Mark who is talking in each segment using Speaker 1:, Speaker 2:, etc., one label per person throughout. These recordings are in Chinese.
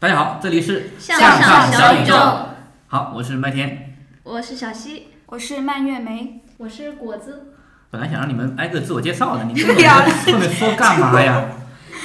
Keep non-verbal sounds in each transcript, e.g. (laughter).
Speaker 1: 大家好，这里是
Speaker 2: 向上小宇宙
Speaker 1: 好，我是麦田。
Speaker 2: 我是小溪，
Speaker 3: 我是蔓越莓，
Speaker 2: 我是果子。
Speaker 1: 本来想让你们挨个自我介绍的，你
Speaker 2: (laughs)
Speaker 1: 们后面后面说干嘛呀？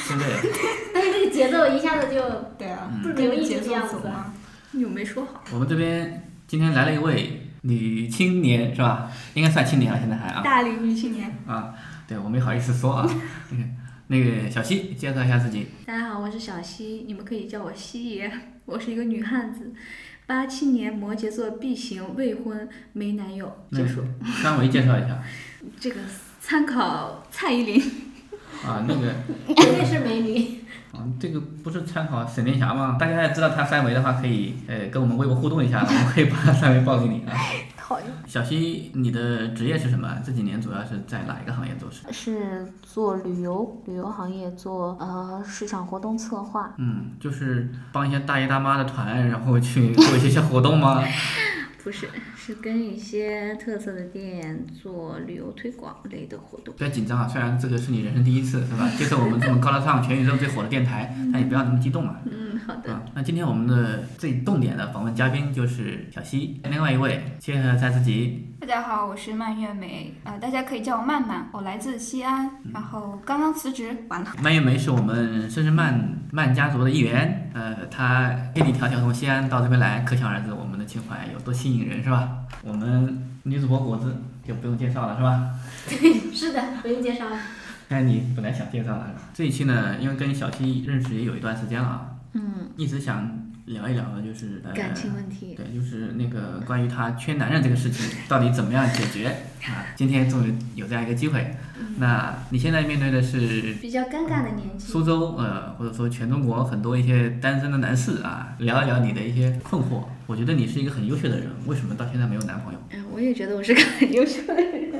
Speaker 1: 对不对？
Speaker 2: 但哎是这个节奏一下子就
Speaker 3: 对啊，
Speaker 2: 不
Speaker 3: 跟
Speaker 2: 留一
Speaker 3: 节
Speaker 2: 直这
Speaker 3: 奏
Speaker 2: 样
Speaker 3: 走
Speaker 2: 子。
Speaker 3: 吗？又没说好，
Speaker 1: 我们这边今天来了一位女青年，是吧？应该算青年了，现在还啊
Speaker 3: 大龄女青年，
Speaker 1: 啊，对我没好意思说啊。 (laughs) 那个那个小西，介绍一下自己。
Speaker 2: 大家好，我是小溪，你们可以叫我溪爷。我是一个女汉子，八七年摩羯座 B 型，未婚，没男友。
Speaker 1: 那
Speaker 3: 嗯
Speaker 1: 个三维介绍一下
Speaker 2: 这个参考蔡依林，
Speaker 1: 啊，那个
Speaker 2: 肯定是美女。
Speaker 1: 啊，这个不是参考沈殿霞吗？大家要知道她三维的话，可以呃跟我们微博互动一下，我们可以把她三维报给你啊。
Speaker 4: 讨厌，
Speaker 1: 小西，你的职业是什么？这几年主要是在哪一个行业做事？
Speaker 4: 是做旅游旅游行业做呃市场活动策划，
Speaker 1: 嗯，就是帮一些大爷大妈的团，然后 (laughs) 去做一些小活动吗？
Speaker 2: 不是，是跟一些特色的店做旅游推广类的活动。
Speaker 1: 不要紧张啊，虽然这个是你人生第一次，是吧？接受我们这么高大上、全宇宙最火的电台，但也不要那么激动嘛。
Speaker 2: 嗯，好的。
Speaker 1: 啊，那今天我们的最重点的访问嘉宾就是小西，另外一位介绍一下自己。
Speaker 3: 大家好，我是蔓越莓，呃，大家可以叫我曼曼，我来自西安，
Speaker 1: 嗯
Speaker 3: 然后刚刚辞职，完了，
Speaker 1: 蔓越莓是我们深圳曼曼家族的一员，呃，他千里迢迢从西安到这边来，可想而知我们的情怀有多吸引人，是吧？我们女主播果子就不用介绍了，是吧？
Speaker 2: (laughs) 是的，不用介绍了。
Speaker 1: 那你本来想介绍的，这一期呢，因为跟小西认识也有一段时间了啊，
Speaker 4: 嗯，
Speaker 1: 一直想聊一聊的就是、呃、
Speaker 2: 感情问题。
Speaker 1: 对，就是那个关于她缺男人这个事情，到底怎么样解决啊？今天终于有这样一个机会。
Speaker 2: 嗯
Speaker 1: 那你现在面对的是
Speaker 2: 比较尴尬的年纪
Speaker 1: 苏，州，呃，或者说全中国很多一些单身的男士啊，聊一聊你的一些困惑。我觉得你是一个很优秀的人，为什么到现在没有男朋友？
Speaker 2: 嗯，我也觉得我是个很优秀的人，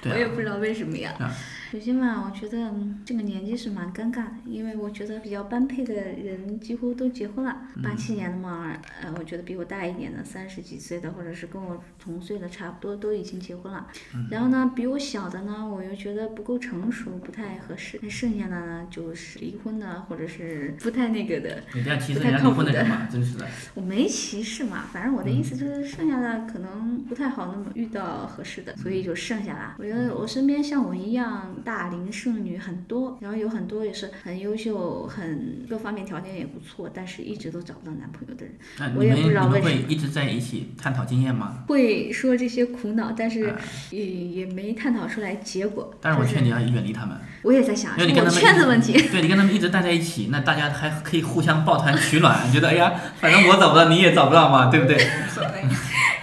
Speaker 1: 对啊
Speaker 2: 我也不知道为什么呀。
Speaker 1: 啊
Speaker 2: 首先嘛，我觉得嗯这个年纪是蛮尴尬的，因为我觉得比较般配的人几乎都结婚了，
Speaker 1: 嗯
Speaker 2: 八七年的嘛，呃，我觉得比我大一点的，三十几岁的，或者是跟我同岁的差不多都已经结婚了。
Speaker 1: 嗯
Speaker 2: 然后呢，比我小的呢，我又觉得不够成熟，不太合适。那剩下的呢，就是离婚的，或者是不太那个的。
Speaker 1: 你不要歧视人家离婚的人嘛，真是的。
Speaker 2: 我没歧视嘛，反正我的意
Speaker 1: 嗯
Speaker 2: 思就是剩下的可能不太好那么遇到合适的，所以就剩下啦。我觉得我身边像我一样大龄剩女很多，然后有很多也是很优秀、很各方面条件也不错，但是一直都找不到男朋友的人，
Speaker 1: 那
Speaker 2: 我
Speaker 1: 你
Speaker 2: 也
Speaker 1: 们
Speaker 2: 不
Speaker 1: 你
Speaker 2: 知道为
Speaker 1: 们
Speaker 2: 什么
Speaker 1: 会一直在一起探讨经验吗？
Speaker 2: 会说这些苦恼，但是
Speaker 1: 啊
Speaker 2: 也也没探讨出来结果。
Speaker 1: 但是我
Speaker 2: 就
Speaker 1: 劝你要远离他们，
Speaker 2: 我也在想，
Speaker 1: 因为
Speaker 2: 是
Speaker 1: 你跟
Speaker 2: 我
Speaker 1: 他们
Speaker 2: 圈子问题。
Speaker 1: (laughs) 对你跟他们一直待在一起，那大家还可以互相抱团取暖， (laughs) 觉得哎呀，反正我找不到，你也找不到嘛，对不对？
Speaker 3: 无所谓。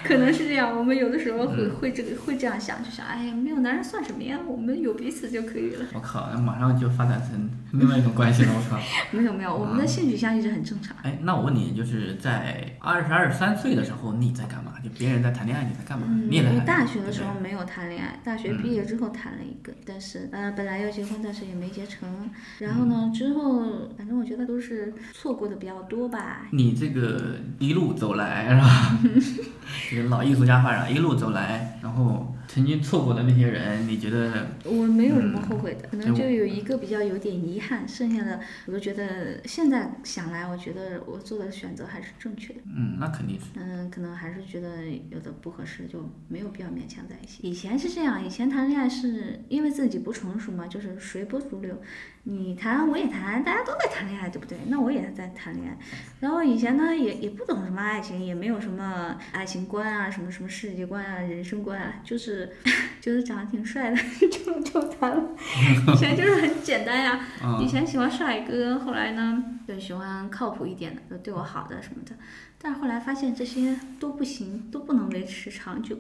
Speaker 2: 可能是这样，我们有的时候
Speaker 1: 嗯
Speaker 2: 会会这个会这样想，就想，哎呀，没有男人算什么呀，我们有彼此就可以
Speaker 1: (laughs)
Speaker 2: 了。
Speaker 1: 我靠，那马上就发展成另外一种关系了，我靠！
Speaker 2: 没有没有，我们
Speaker 1: 啊
Speaker 2: 的性取向一直很正常。
Speaker 1: 哎，那我问你，就是在二十二三岁的时候你在干嘛？就别人在谈恋爱，你在干嘛？
Speaker 2: 嗯，
Speaker 1: 你也在
Speaker 2: 我
Speaker 1: 谈恋爱
Speaker 2: 大学的时候
Speaker 1: 对不嗯
Speaker 2: 没有谈恋爱，大学毕业之后谈了一个，但是呃本来要结婚，但是也没结成。然后
Speaker 1: 嗯
Speaker 2: 呢，之后反正我觉得都是错过的比较多吧
Speaker 1: 对。你这 (laughs) 个一路走来是吧？这个老艺术家话了，一路走来，然后曾经错过的那些人，你觉得
Speaker 2: 我没有什么后悔的，可
Speaker 1: 对嗯
Speaker 2: 能
Speaker 1: 哎我
Speaker 2: 就有一个比较有点遗憾，剩下的我都觉得现在想来，我觉得我做的选择还是正确的。
Speaker 1: 嗯，那肯定是
Speaker 2: 嗯，可能还是觉得有的不合适，就没有必要勉强在一起。以前是这样，以前谈恋爱是因为自己不成熟嘛，就是随波逐流，你谈我也谈，大家都在谈恋爱，对不对？那我也在谈恋爱。然后以前呢，也也不懂什么爱情，也没有什么爱情观啊，什么什么世界观啊、人生观啊，就是 (laughs) 觉得长得挺帅的 (laughs) 就就谈了。 (laughs) 以前就是很简单呀、
Speaker 1: 嗯
Speaker 2: 以前喜欢帅哥，后来呢就喜欢靠谱一点的，就对我好的什么的。但是后来发现这些都不行，都不能维持长久。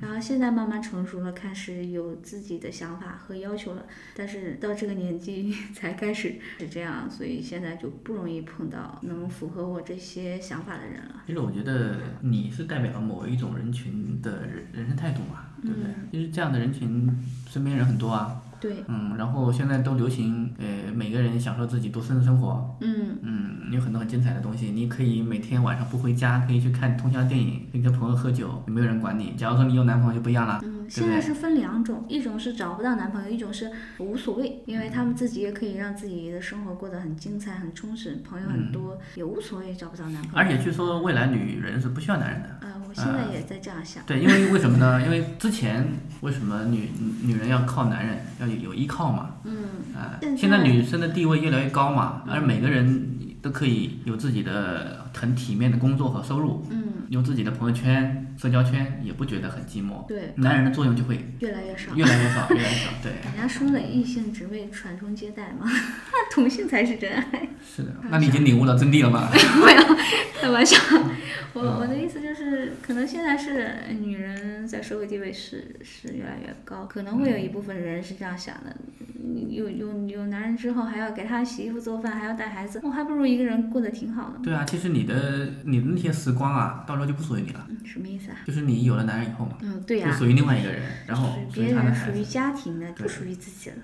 Speaker 2: 然后现在慢慢成熟了，开始有自己的想法和要求了。但是到这个年纪才开始是这样，所以现在就不容易碰到能符合我这些想法的人了。
Speaker 1: 其实我觉得你是代表了某一种人群的人人生态度嘛，对不对？
Speaker 2: 嗯
Speaker 1: 就是这样的人群，身边人很多啊，
Speaker 2: 对，
Speaker 1: 嗯，然后现在都流行，呃，每个人享受自己独身的生活，
Speaker 2: 嗯，
Speaker 1: 嗯，有很多很精彩的东西，你可以每天晚上不回家，可以去看通宵电影，可以跟朋友喝酒，也没有人管你。假如说你有男朋友就不一样了，
Speaker 2: 嗯，
Speaker 1: 对
Speaker 2: 现
Speaker 1: 不
Speaker 2: 在
Speaker 1: 对？
Speaker 2: 是分两种，一种是找不到男朋友，一种是无所谓，因为他
Speaker 1: 嗯
Speaker 2: 们自己也可以让自己的生活过得很精彩、很充实，朋友很多，也无所谓找不到男朋友。
Speaker 1: 嗯而且据说未来女人是不需要男人的。
Speaker 2: 呃，我现在也在这样想。
Speaker 1: 对，因为为什么呢？因为之前为什么女女人要靠男人，要有有依靠嘛？
Speaker 2: 嗯，
Speaker 1: 啊、
Speaker 2: 现在
Speaker 1: 现在女生的地位越来越高嘛，而每个人都可以有自己的很体面的工作和收入，
Speaker 2: 嗯，
Speaker 1: 有自己的朋友圈、社交圈，也不觉得很寂寞。
Speaker 2: 对
Speaker 1: 男人的作用就会
Speaker 2: 越来越少。
Speaker 1: 越来越少，越来越少。对，
Speaker 2: 人家说了，异性只为传宗接代嘛， (laughs) 同性才是真爱。
Speaker 1: 是的，那你已经领悟到真谛了吧？
Speaker 2: 没有，开玩笑。
Speaker 1: 嗯
Speaker 2: 我我的意思就是，可能现在是女人在社会地位是是越来越高，可能会有一部分人是这样想的：你有有有男人之后，还要给他洗衣服、做饭，还要带孩子，我还不如一个人过得挺好呢。
Speaker 1: (laughs) 对啊，其实你的你的那些时光啊，到时候就不属于你了，
Speaker 2: 嗯，什么意思啊？
Speaker 1: 就是你有了男人以后嘛，
Speaker 2: 嗯，对呀、
Speaker 1: 就属于另外一个人，然后
Speaker 2: 属
Speaker 1: 属
Speaker 2: 于
Speaker 1: 于
Speaker 2: 别
Speaker 1: 他的
Speaker 2: 人，
Speaker 1: 孩
Speaker 2: 属于
Speaker 1: 子。
Speaker 2: 家庭的，
Speaker 1: 对嗯
Speaker 2: 不属于自己了。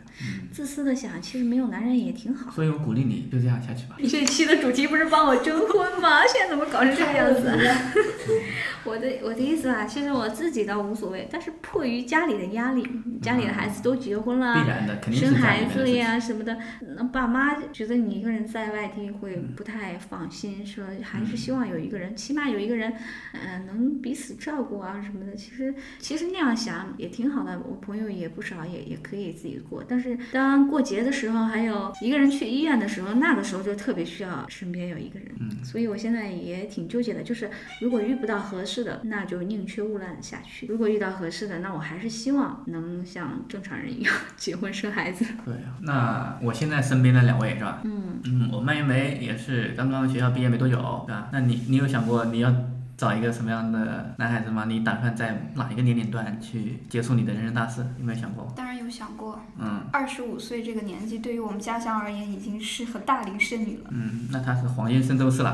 Speaker 2: 自私的想，其实没有男人也挺好。
Speaker 1: 所以我鼓励你就这样下去吧。
Speaker 2: 你这期的主题不是帮我征婚吗？现在怎么搞成这个样子、啊？ (laughs) 我的我的意思啊，其实我自己倒无所谓，但是迫于家里的压力，家里的孩子都结婚了，
Speaker 1: 嗯必然的肯定是
Speaker 2: 生
Speaker 1: 家里
Speaker 2: 孩
Speaker 1: 面的
Speaker 2: 子
Speaker 1: 事
Speaker 2: 呀什么的，那爸妈觉得你一个人在外地会
Speaker 1: 嗯
Speaker 2: 不太放心，说还是希望有一个人，起码有一个人，呃，能彼此照顾啊什么的。其实其实那样想也挺好的，我朋友也不少，也也可以自己过。但是当过节的时候，还有一个人去医院的时候，那个时候就特别需要身边有一个人。所以我现在也挺纠结的，就是如果遇不到合适的，那就宁缺毋滥下去；如果遇到合适的，那我还是希望能像正常人一样结婚生孩 (laughs) 子。
Speaker 1: 对啊，那我现在身边的两位是吧？
Speaker 2: 嗯，
Speaker 1: 嗯，我蔓越莓也是刚刚学校毕业没多久，对吧？那你你有想过你要找一个什么样的男孩子吗？你打算在哪一个年龄段去结束你的人生大事？有没有想过？
Speaker 3: 当然有想过，
Speaker 1: 嗯
Speaker 3: 二十五岁这个年纪，对于我们家乡而言，已经是很大龄
Speaker 1: (laughs)
Speaker 3: 剩女了。
Speaker 1: 嗯，那他是黄金圣斗
Speaker 2: (laughs)
Speaker 1: 士了，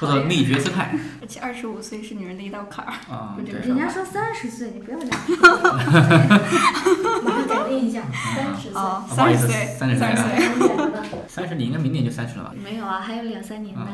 Speaker 1: 或者秘诀师太
Speaker 3: 而且二十五岁是女人的一道坎儿。
Speaker 1: 啊、
Speaker 3: 就这个
Speaker 1: 对
Speaker 3: 事
Speaker 2: 人
Speaker 3: 儿
Speaker 2: 家
Speaker 3: 吧。
Speaker 2: 说三十岁，你不要讲。 (laughs)
Speaker 5: 马上改变一下，三十岁。
Speaker 3: 哦，
Speaker 1: 不好
Speaker 3: 三
Speaker 1: 意
Speaker 3: 十
Speaker 1: 思
Speaker 3: 岁，
Speaker 1: 三十岁啊
Speaker 3: 三岁，
Speaker 1: 三十，你应该明年就三十了吧？
Speaker 2: 没有啊，还有两三年呢。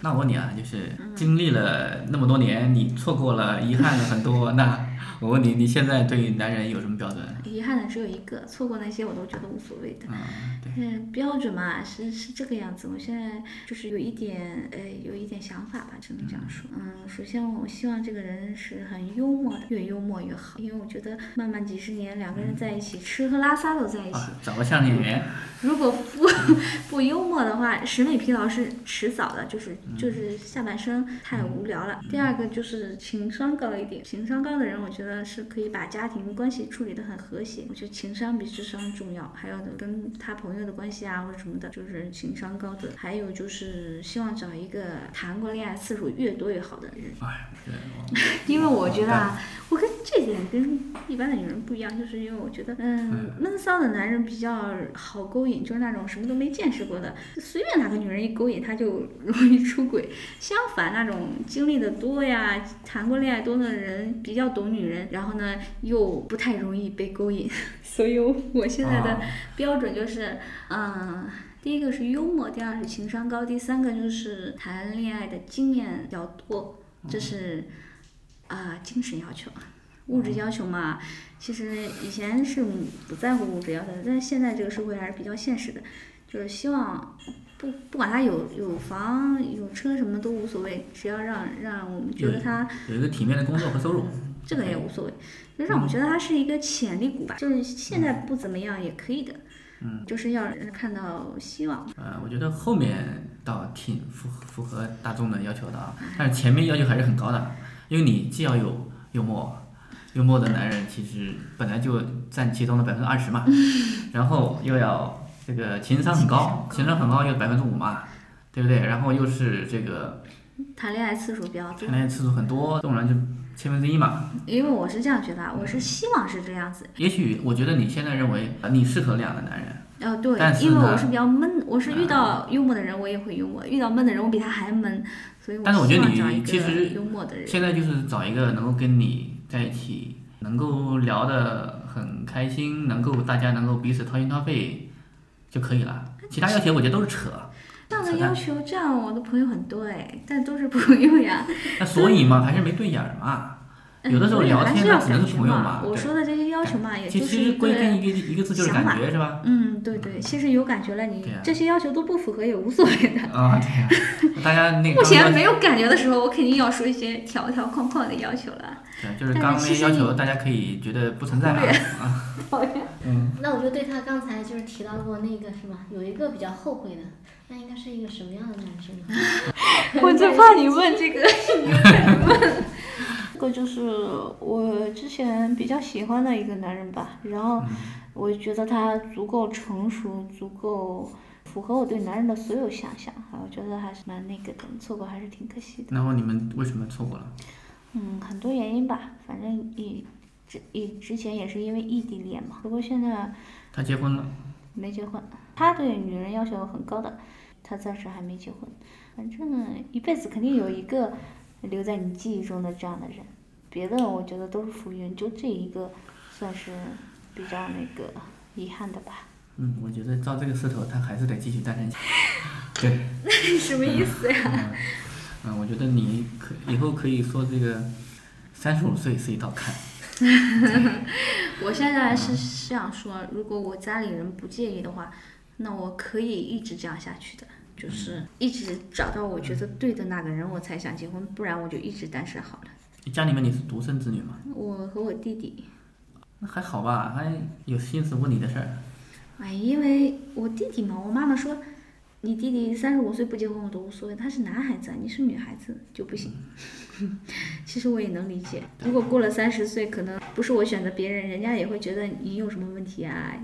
Speaker 1: 那我问你啊，就是
Speaker 2: 嗯
Speaker 1: 经历了那么多年，你错过了，遗憾了很多。
Speaker 2: (laughs)
Speaker 1: 那我问你，你现在对男人有什么标准？
Speaker 2: 遗憾的只有一个，错过那些我都觉得无所谓的。
Speaker 1: 嗯，对，
Speaker 2: 嗯，标准嘛是是这个样子。我现在就是有一点呃，有一点想法吧，只能这样说。嗯，首先我希望这个人是很幽默的，越幽默越好，因为我觉得慢慢几十年两个人在一起，吃喝拉撒都在一起
Speaker 1: 啊，，找个相声演员，
Speaker 2: 如果不 (laughs) 不幽默的话，审美疲劳是迟早的，就是就是下半生太无聊了。第二个就是情商高一点，情商高的人，我觉得是可以把家庭关系处理得很和谐。我觉得情商比智商重要，还有跟他朋友的关系啊或者什么的，就是情商高的。还有就是希望找一个谈过恋爱次数越多越好的人，
Speaker 1: 哎，对，我
Speaker 2: 因为我觉得啊，我跟这点跟一般的女人不一样，就是因为我觉得，嗯，闷骚的男人比较好勾引，就是那种什么都没见识过的，就随便哪个女人一勾引他就容易出轨。相反，那种经历的多呀，谈过恋爱多的人比较懂女人，然后呢又不太容易被勾引。 (laughs) 所以我现在的
Speaker 1: 啊
Speaker 2: 标准就是，嗯。第一个是幽默，第二是情商高，第三个就是谈恋爱的经验比较多，这是啊、精神要求。物
Speaker 1: 嗯
Speaker 2: 质要求嘛，其实以前是不在乎物质要求的，但是现在这个社会还是比较现实的，就是希望不不管他有有房有车什么都无所谓，只要让让我们觉得他
Speaker 1: 有一个体面的工作和收入，
Speaker 2: 这个也无所谓，就
Speaker 1: 嗯
Speaker 2: 让我觉得他是一个潜力股吧，就是现在不怎么样也可以的，
Speaker 1: 嗯，
Speaker 2: 就是要看到希望。
Speaker 1: 呃，我觉得后面倒挺符合符合大众的要求的啊，但是前面要求还是很高的，因为你既要有幽默，幽默的男人其实本来就占其中的百分之二十 (laughs) 嘛，然后又要这个情商很高，情商很高又百分之五嘛，对不对？然后又是这个
Speaker 2: 谈恋爱次数比较多
Speaker 1: 谈，恋爱次数很多，纵然就千分之一嘛，
Speaker 2: 因为我是这样觉得啊，我
Speaker 1: 嗯
Speaker 2: 是希望是这样子。
Speaker 1: 也许我觉得你现在认为呃你适合那样的男人，
Speaker 2: 哦，对
Speaker 1: 但，是
Speaker 2: 因为
Speaker 1: 呢嗯
Speaker 2: 我是比较闷，我是遇到幽默的人，我也会幽默；遇到闷的人，我比他还闷，所以
Speaker 1: 但是我觉
Speaker 2: 希
Speaker 1: 得
Speaker 2: 望找一
Speaker 1: 你其
Speaker 2: 个
Speaker 1: 实
Speaker 2: 幽默的人。
Speaker 1: 现在就是找一个能够跟你在一起，能够聊得很开心，能够大家能够彼此掏心掏肺就可以了。其他要求我觉得都是扯。
Speaker 2: 这样的要求，这样我的朋友很多哎，但都是朋友呀。 (laughs)
Speaker 1: 那所以嘛，还是没对眼儿嘛。有的时候
Speaker 2: 嗯
Speaker 1: 聊
Speaker 2: 还
Speaker 1: 天
Speaker 2: 是
Speaker 1: 那
Speaker 2: 要
Speaker 1: 只能
Speaker 2: 感
Speaker 1: 是
Speaker 2: 觉
Speaker 1: 朋友嘛。
Speaker 2: 我
Speaker 1: 对
Speaker 2: 说的这些要求嘛，也
Speaker 1: 其
Speaker 2: 就
Speaker 1: 实
Speaker 2: 是一个
Speaker 1: 归根一个一个字就是
Speaker 2: 想
Speaker 1: 感
Speaker 2: 法
Speaker 1: 觉是吧？
Speaker 2: 嗯，对对，其实有感觉了，你
Speaker 1: 对呀
Speaker 2: 这些要求都不符合也无所谓的。
Speaker 1: 啊，对呀、大家那个
Speaker 2: 目前
Speaker 1: 刚刚
Speaker 2: 没有感觉的时候，我肯定要说一些条条框框的要求了。
Speaker 1: 对，就是
Speaker 2: 但
Speaker 1: 刚
Speaker 2: 是
Speaker 1: 没
Speaker 2: 其实
Speaker 1: 要求，
Speaker 2: 你
Speaker 1: 大家可以觉得不存在
Speaker 2: 忽略
Speaker 1: 啊。啊
Speaker 5: 讨厌。
Speaker 1: 嗯，
Speaker 5: 那我就对他刚才就是提到过那个什么，有一个比较后悔的，那应该是一个什么样的男生
Speaker 2: (laughs)
Speaker 5: 呢？
Speaker 2: 我就怕你问
Speaker 5: (laughs)
Speaker 2: 这个。这个就是我之前比较喜欢的一个男人吧，然后我觉得他足够成熟，足够符合我对男人的所有想象，啊，我觉得还是蛮那个的，错过还是挺可惜的。
Speaker 1: 然后你们为什么错过了？
Speaker 2: 嗯，很多原因吧，反正以之以之前也是因为异地恋嘛，不过现在
Speaker 1: 他结婚了，
Speaker 2: 没结婚，他对女人要求很高的，他暂时还没结婚，反正一辈子肯定有一个留在你记忆中的这样的人，别的我觉得都是浮云，就这一个算是比较那个遗憾的吧。
Speaker 1: 嗯，我觉得照这个势头，他还是得继续单身下
Speaker 2: (laughs)
Speaker 1: 去。对。
Speaker 2: 什么意思呀？
Speaker 1: 嗯，我觉得你可以后可以说这个三十五岁是一道坎。
Speaker 2: 我现在是是想说，如果我家里人不介意的话，那我可以一直这样下去的，就是一直找到我觉得对的那个人，我才想结婚，不然我就一直单身好了。
Speaker 1: 家里面你是独生子女吗？
Speaker 2: 我和我弟弟，
Speaker 1: 那还好吧，还有心思问你的事儿。
Speaker 2: 哎，因为我弟弟嘛，我妈妈说，你弟弟三十五岁不结婚我都无所谓，他是男孩子啊，你是女孩子就不行。 (laughs) 其实我也能理解，如果过了三十岁，可能不是我选择别人，人家也会觉得你有什么问题啊，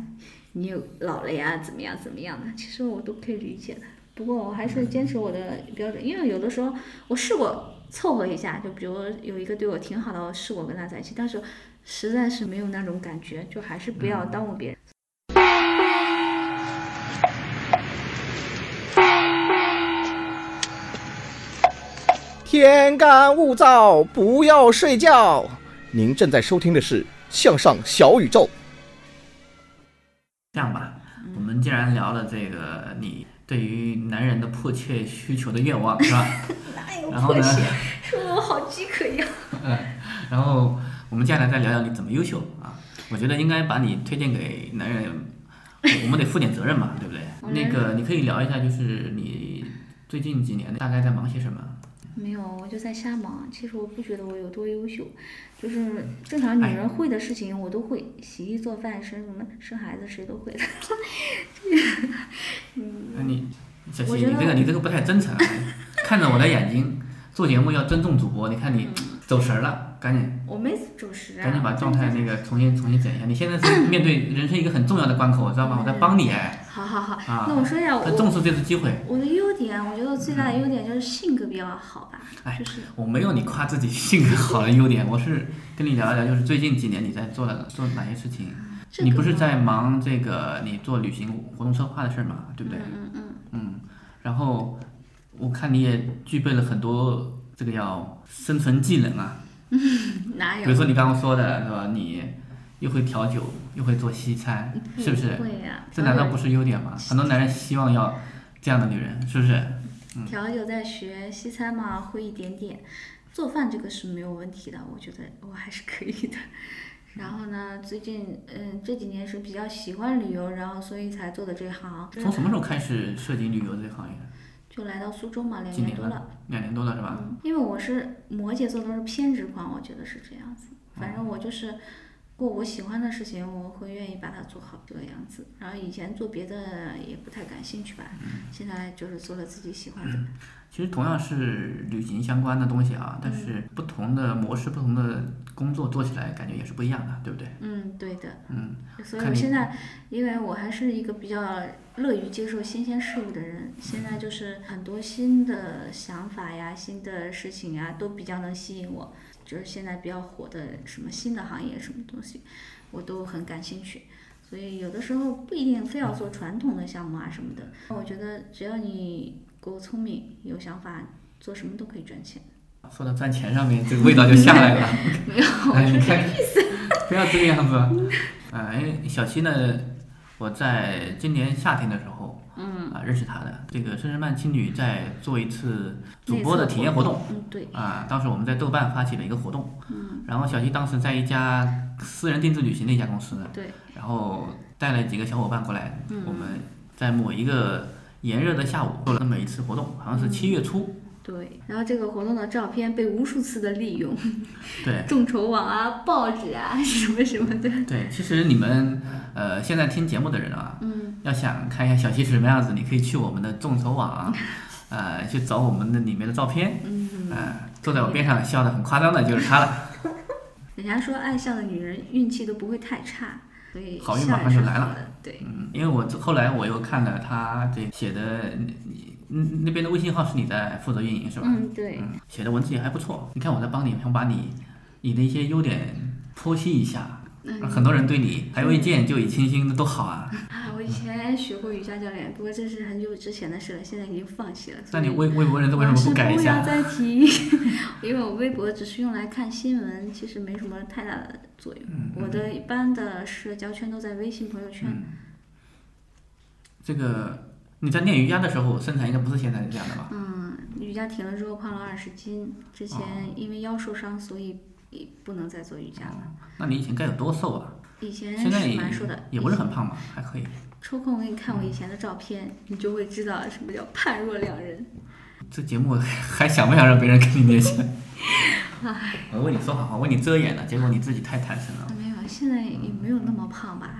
Speaker 2: 你有老了呀，怎么样怎么样的，其实我都可以理解的。不过我还是坚持我的标准，因为有的时候我试过凑合一下，就比如有一个对我挺好的，我试过跟他在一起，但是实在是没有那种感觉，就还是不要耽误别人。
Speaker 6: 天干物燥，不要睡觉。您正在收听的是《向上小宇宙》。
Speaker 1: 这样吧，
Speaker 2: 嗯
Speaker 1: 我们既然聊了这个你对于男人的迫切需求的愿望是吧？
Speaker 2: (laughs) 哪
Speaker 1: 然后呢
Speaker 2: 破鞋说的我好饥渴一样。
Speaker 1: 嗯，然后我们接下来再聊聊你怎么优秀啊？我觉得应该把你推荐给男人，我们得负点责任嘛，对不对？那个你可以聊一下，就是你最近几年大概在忙些什么？
Speaker 2: 没有，我就在瞎忙。其实我不觉得我有多优秀，就是
Speaker 1: 嗯
Speaker 2: 正常女人会的事情我都会，洗衣做饭、生什么生孩子谁都会的。 (laughs)
Speaker 1: 那你小
Speaker 2: 我
Speaker 1: 溪，
Speaker 2: 觉得
Speaker 1: 你这个你这个不太真
Speaker 2: (laughs)
Speaker 1: 诚啊，看着我的眼睛，做节目要尊重主播。你看你走神儿了，赶紧
Speaker 2: 我没准嗯时啊。
Speaker 1: 赶紧把状态那个重新重新整一下。你现在是面对人生一个很重要的关口，知道吗？我在帮你哎，
Speaker 2: 好好好，
Speaker 1: 啊，
Speaker 2: 那我说一下我
Speaker 1: 很重视这次机会。
Speaker 2: 我的优点，我觉得最大的优点就是性格比较好吧，就是
Speaker 1: 我没有你夸自己性格好的优点，我是跟你聊一聊，就是最近几年你在做了做哪些事情？
Speaker 2: 这
Speaker 1: 你
Speaker 2: 个
Speaker 1: 不是
Speaker 2: 嘛
Speaker 1: 在忙这个你做旅行活动策划的事儿嘛，对不对？
Speaker 2: 嗯嗯
Speaker 1: 嗯，然后我看你也具备了很多这个叫生存技能啊，
Speaker 2: 嗯，哪有？
Speaker 1: 比如说你刚刚说的是吧？你又会调酒，又会做西餐，
Speaker 2: 不
Speaker 1: 是不是？
Speaker 2: 嗯会啊呀
Speaker 1: 这难道不是优点吗？很多男人希望要这样的女人，是不是？嗯
Speaker 2: 调酒在学，西餐嘛会一点点，做饭这个是没有问题的，我觉得我还是可以的。 (laughs) 然后呢，最近嗯这几年是比较喜欢旅游，然后所以才做的这行。
Speaker 1: 从什么时候开始涉及旅游这个行业？
Speaker 2: 就来到苏州嘛，两
Speaker 1: 几
Speaker 2: 年
Speaker 1: 年
Speaker 2: 多了。，嗯
Speaker 1: 两年多了是吧？
Speaker 2: 因为我是摩羯座，都是偏执狂，我觉得是这样子。反正我就是过我喜欢的事情，我会愿意把它做好这个样子。然后以前做别的也不太感兴趣吧，现在就是做了自己喜欢的。
Speaker 1: 其实同样是旅行相关的东西啊，但是
Speaker 2: 嗯
Speaker 1: 不同的模式、不同的工作做起来感觉也是不一样的，对不对？
Speaker 2: 嗯，对的。
Speaker 1: 嗯，
Speaker 2: 所以
Speaker 1: 看
Speaker 2: 我
Speaker 1: 你
Speaker 2: 现在，因为我还是一个比较乐于接受新鲜事物的人，现在就是很多新的想法呀、新的事情呀，都比较能吸引我。就是现在比较火的什么新的行业、什么东西，我都很感兴趣。所以有的时候不一定非要做传统的项目啊什么的。我觉得只要你够聪明、有想法，做什么都可以赚钱。
Speaker 1: 说到赚钱上面，这个味道就下来了。
Speaker 2: (laughs) 没有，我
Speaker 1: 哎，你
Speaker 2: 是这
Speaker 1: 看
Speaker 2: 个意
Speaker 1: (laughs)
Speaker 2: 思。嗯
Speaker 1: 不要这个样子。哎，小七呢，我在今年夏天的时候，
Speaker 2: 嗯
Speaker 1: 啊，认识她的。这个深圳曼青旅在做一次主
Speaker 2: 内
Speaker 1: 播的
Speaker 2: 测
Speaker 1: 体验
Speaker 2: 活
Speaker 1: 活动
Speaker 2: 动，嗯对
Speaker 1: 啊，当时我们在豆瓣发起了一个活动，
Speaker 2: 嗯
Speaker 1: 然后小七当时在一家私人定制旅行的一家公司，
Speaker 2: 对，
Speaker 1: 然后带了几个小伙伴过来，
Speaker 2: 嗯
Speaker 1: 我们在某一个炎热的下午做了那么一次活动，好像是七月初，
Speaker 2: 对，然后这个活动的照片被无数次的利用，
Speaker 1: 对，
Speaker 2: 众筹网啊、报纸啊 (laughs) 什么什么的。
Speaker 1: 对，其实你们呃现在听节目的人啊，
Speaker 2: 嗯，
Speaker 1: 要想看一下小七是什么样子，你可以去我们的众筹网，呃，去找我们的里面的照片，
Speaker 2: 嗯
Speaker 1: 呃，坐在我边上笑得很夸张的就是他了，
Speaker 2: 人家说爱笑的女人运气都不会太差，所以
Speaker 1: 好运
Speaker 2: 笑
Speaker 1: 马
Speaker 2: 也
Speaker 1: 上
Speaker 2: 是
Speaker 1: 就来
Speaker 2: 好
Speaker 1: 了
Speaker 2: 的。对，
Speaker 1: 嗯，因为我后来我又看了他这写的，你你那边的微信号是你在负责运营是吧？
Speaker 2: 嗯对，
Speaker 1: 写的文字也还不错，你看我在帮你，想把你你的一些优点剖析一下，
Speaker 2: 嗯
Speaker 1: 很多人对你还有意见，就以清新的都好
Speaker 2: (laughs)
Speaker 1: 啊。
Speaker 2: 啊，我以前学过瑜伽教练，不过这是很久之前的事了，现在已经放弃了。
Speaker 1: 那你
Speaker 2: 所以
Speaker 1: 微微博人为什么不改一
Speaker 2: 我是
Speaker 1: 下啊
Speaker 2: 要再提， (laughs) 因为我微博只是用来看新闻，其实没什么太大的作用。
Speaker 1: 嗯嗯
Speaker 2: 我的一般的社交圈都在微信朋友圈。
Speaker 1: 这个你在练瑜伽的时候，身材应该不是现在这样的吧？
Speaker 2: 嗯，瑜伽停了之后胖了二十斤，之前
Speaker 1: 哦
Speaker 2: 因为腰受伤，所以也不能再做瑜伽了。
Speaker 1: 那你以前该有多瘦啊？
Speaker 2: 以前
Speaker 1: 现在
Speaker 2: 嗯是
Speaker 1: 也
Speaker 2: 蛮瘦的，
Speaker 1: 也不是很胖吧？还可以。
Speaker 2: 抽空给你看我以前的照片，你就会知道什么叫判若两人。
Speaker 1: 这节目还想不想让别人跟你联系？
Speaker 2: (laughs) 唉，
Speaker 1: 我为你说好话，为你遮掩了，结果你自己太坦诚了。
Speaker 2: 没有，啊现在也没有那么胖吧？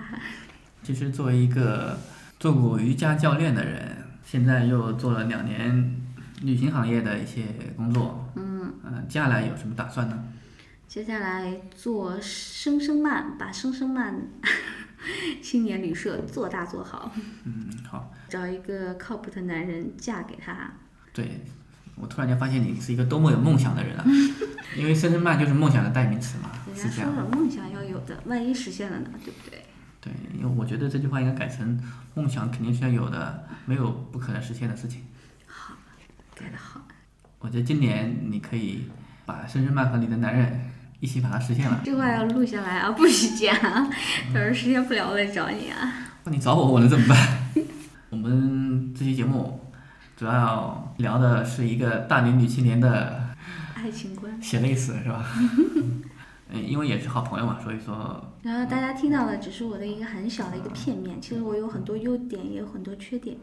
Speaker 1: 其实作为一个做过瑜伽教练的人，现在又做了两年旅行行业的一些工作，
Speaker 2: 嗯，
Speaker 1: 嗯、接下来有什么打算呢？
Speaker 2: 接下来做生生慢，把生生慢青年旅社做大做好，
Speaker 1: 嗯，好，
Speaker 2: 找一个靠谱的男人嫁给他。
Speaker 1: 对，我突然间发现你是一个多么有梦想的
Speaker 2: (laughs)
Speaker 1: 人啊！因为深圳曼就是梦想的代名词嘛，
Speaker 2: 人
Speaker 1: 是这
Speaker 2: 家说
Speaker 1: 样。
Speaker 2: 了，梦想要有的，万一实现了呢？对不对？
Speaker 1: 对，因为我觉得这句话应该改成“梦想肯定是要有的，没有不可能实现的事情”。
Speaker 2: 改的好。
Speaker 1: 我觉得今年你可以把深圳曼和你的男人一起把它实
Speaker 2: (laughs)
Speaker 1: 现了。
Speaker 2: 这话要录下来啊，不许剪啊！到时候实现不了我再找你啊。
Speaker 1: 那你找我，我能怎么办？ (laughs) 我们这期节目主要聊的是一个大龄女青年的
Speaker 2: 爱情观。
Speaker 1: 血泪史，是吧？ (laughs) 嗯，因为也是好朋友嘛，所以说
Speaker 2: 然后大家听到的只是我的一个很小的一个片面，其实我有很多优点，也有很多缺点。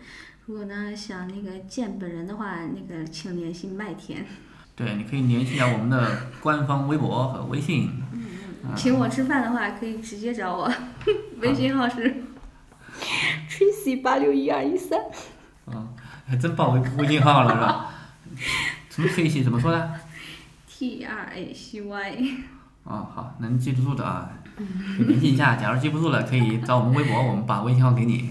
Speaker 2: 如果呢想那个见本人的话，那个请联系麦田，
Speaker 1: 对，你可以联系一下我们的官方微博和微信。嗯
Speaker 2: 请我吃饭的话可以直接找 (laughs) 我，微信号是 (laughs) Tracy 八六一二一三。
Speaker 1: 嗯，还真报微微信号了是吧？什么 Tracy 怎么说呢？
Speaker 2: T R A C Y， (laughs)
Speaker 1: 哦，好，能记得住的啊，联系一下。假如记不住了，可以找我们微博，我们把微信号给
Speaker 2: (laughs)
Speaker 1: 你。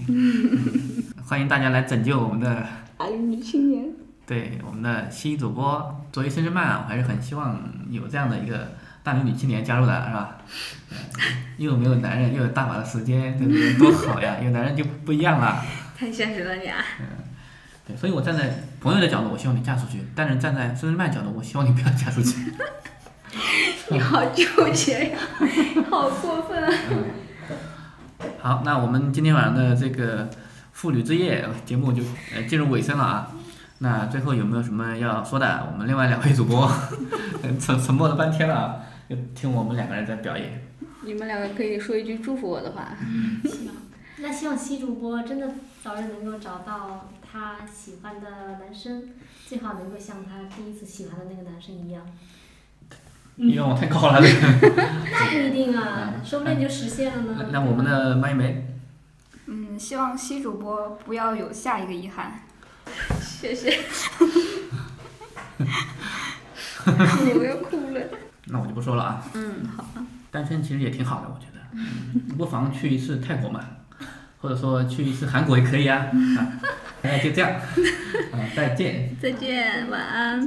Speaker 1: 欢迎大家来拯救我们的，
Speaker 2: 大龄女青年，
Speaker 1: 对我们的新主播。作为深圳曼，啊我还是很希望有这样的一个大龄女青年加入的，是吧？ (laughs) 又没有男人，又有大把的时间，对不对？多好呀！有男人就不一样了。
Speaker 2: 太现实了你啊！
Speaker 1: 对，所以我站在朋友的角度，我希望你嫁出去；但是站在深圳曼角度，我希望你不要嫁出去。
Speaker 2: 你好纠结 (laughs) 呀，好过分啊！
Speaker 1: 好，那我们今天晚上的这个妇女之夜节目就呃进入尾声了啊。那最后有没有什么要说的？我们另外两位主播 (laughs) 沉沉默了半天了，就听我们两个人在表演。
Speaker 2: 你们两个可以说一句祝福我的话。
Speaker 5: 那希望西主播真的早日能够找到他喜欢的男生，最好能够像他第一次喜欢的那个男生一样。
Speaker 1: 你愿望太高了，这啊个
Speaker 5: 那不一定啊，说不定就实现了呢。
Speaker 1: (laughs) 嗯那我们的麦梅，
Speaker 3: 嗯，希望西主播不要有下一个遗憾。
Speaker 2: 谢 (laughs) 谢。我要哭了。
Speaker 1: 那我就不说了啊。
Speaker 2: 嗯，好啊。
Speaker 1: 单身其实也挺好的，我觉得，你不妨去一次泰国嘛，或者说去一次韩国也可以啊。啊，那就这样，啊，再见。
Speaker 2: 再见，晚安。